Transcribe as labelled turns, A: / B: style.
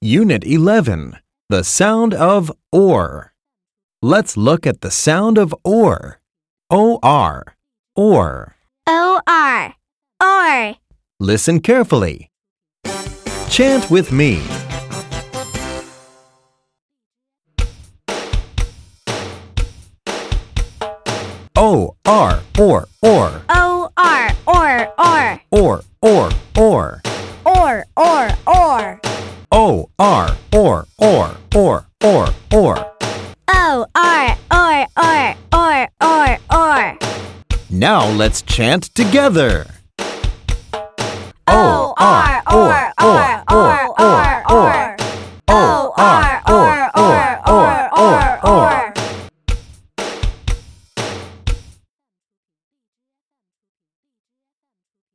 A: Unit 11 The Sound of OR. Let's look at the sound of OR. O R. OR.
B: O R or
A: Listen carefully. Chant with me. O R. Or. Or.
B: O R or or
A: Or. Or. Or.
B: or or or
A: O R. Or. Or. Or. Or. Or.
B: O R or or or or or
A: Now let's chant together.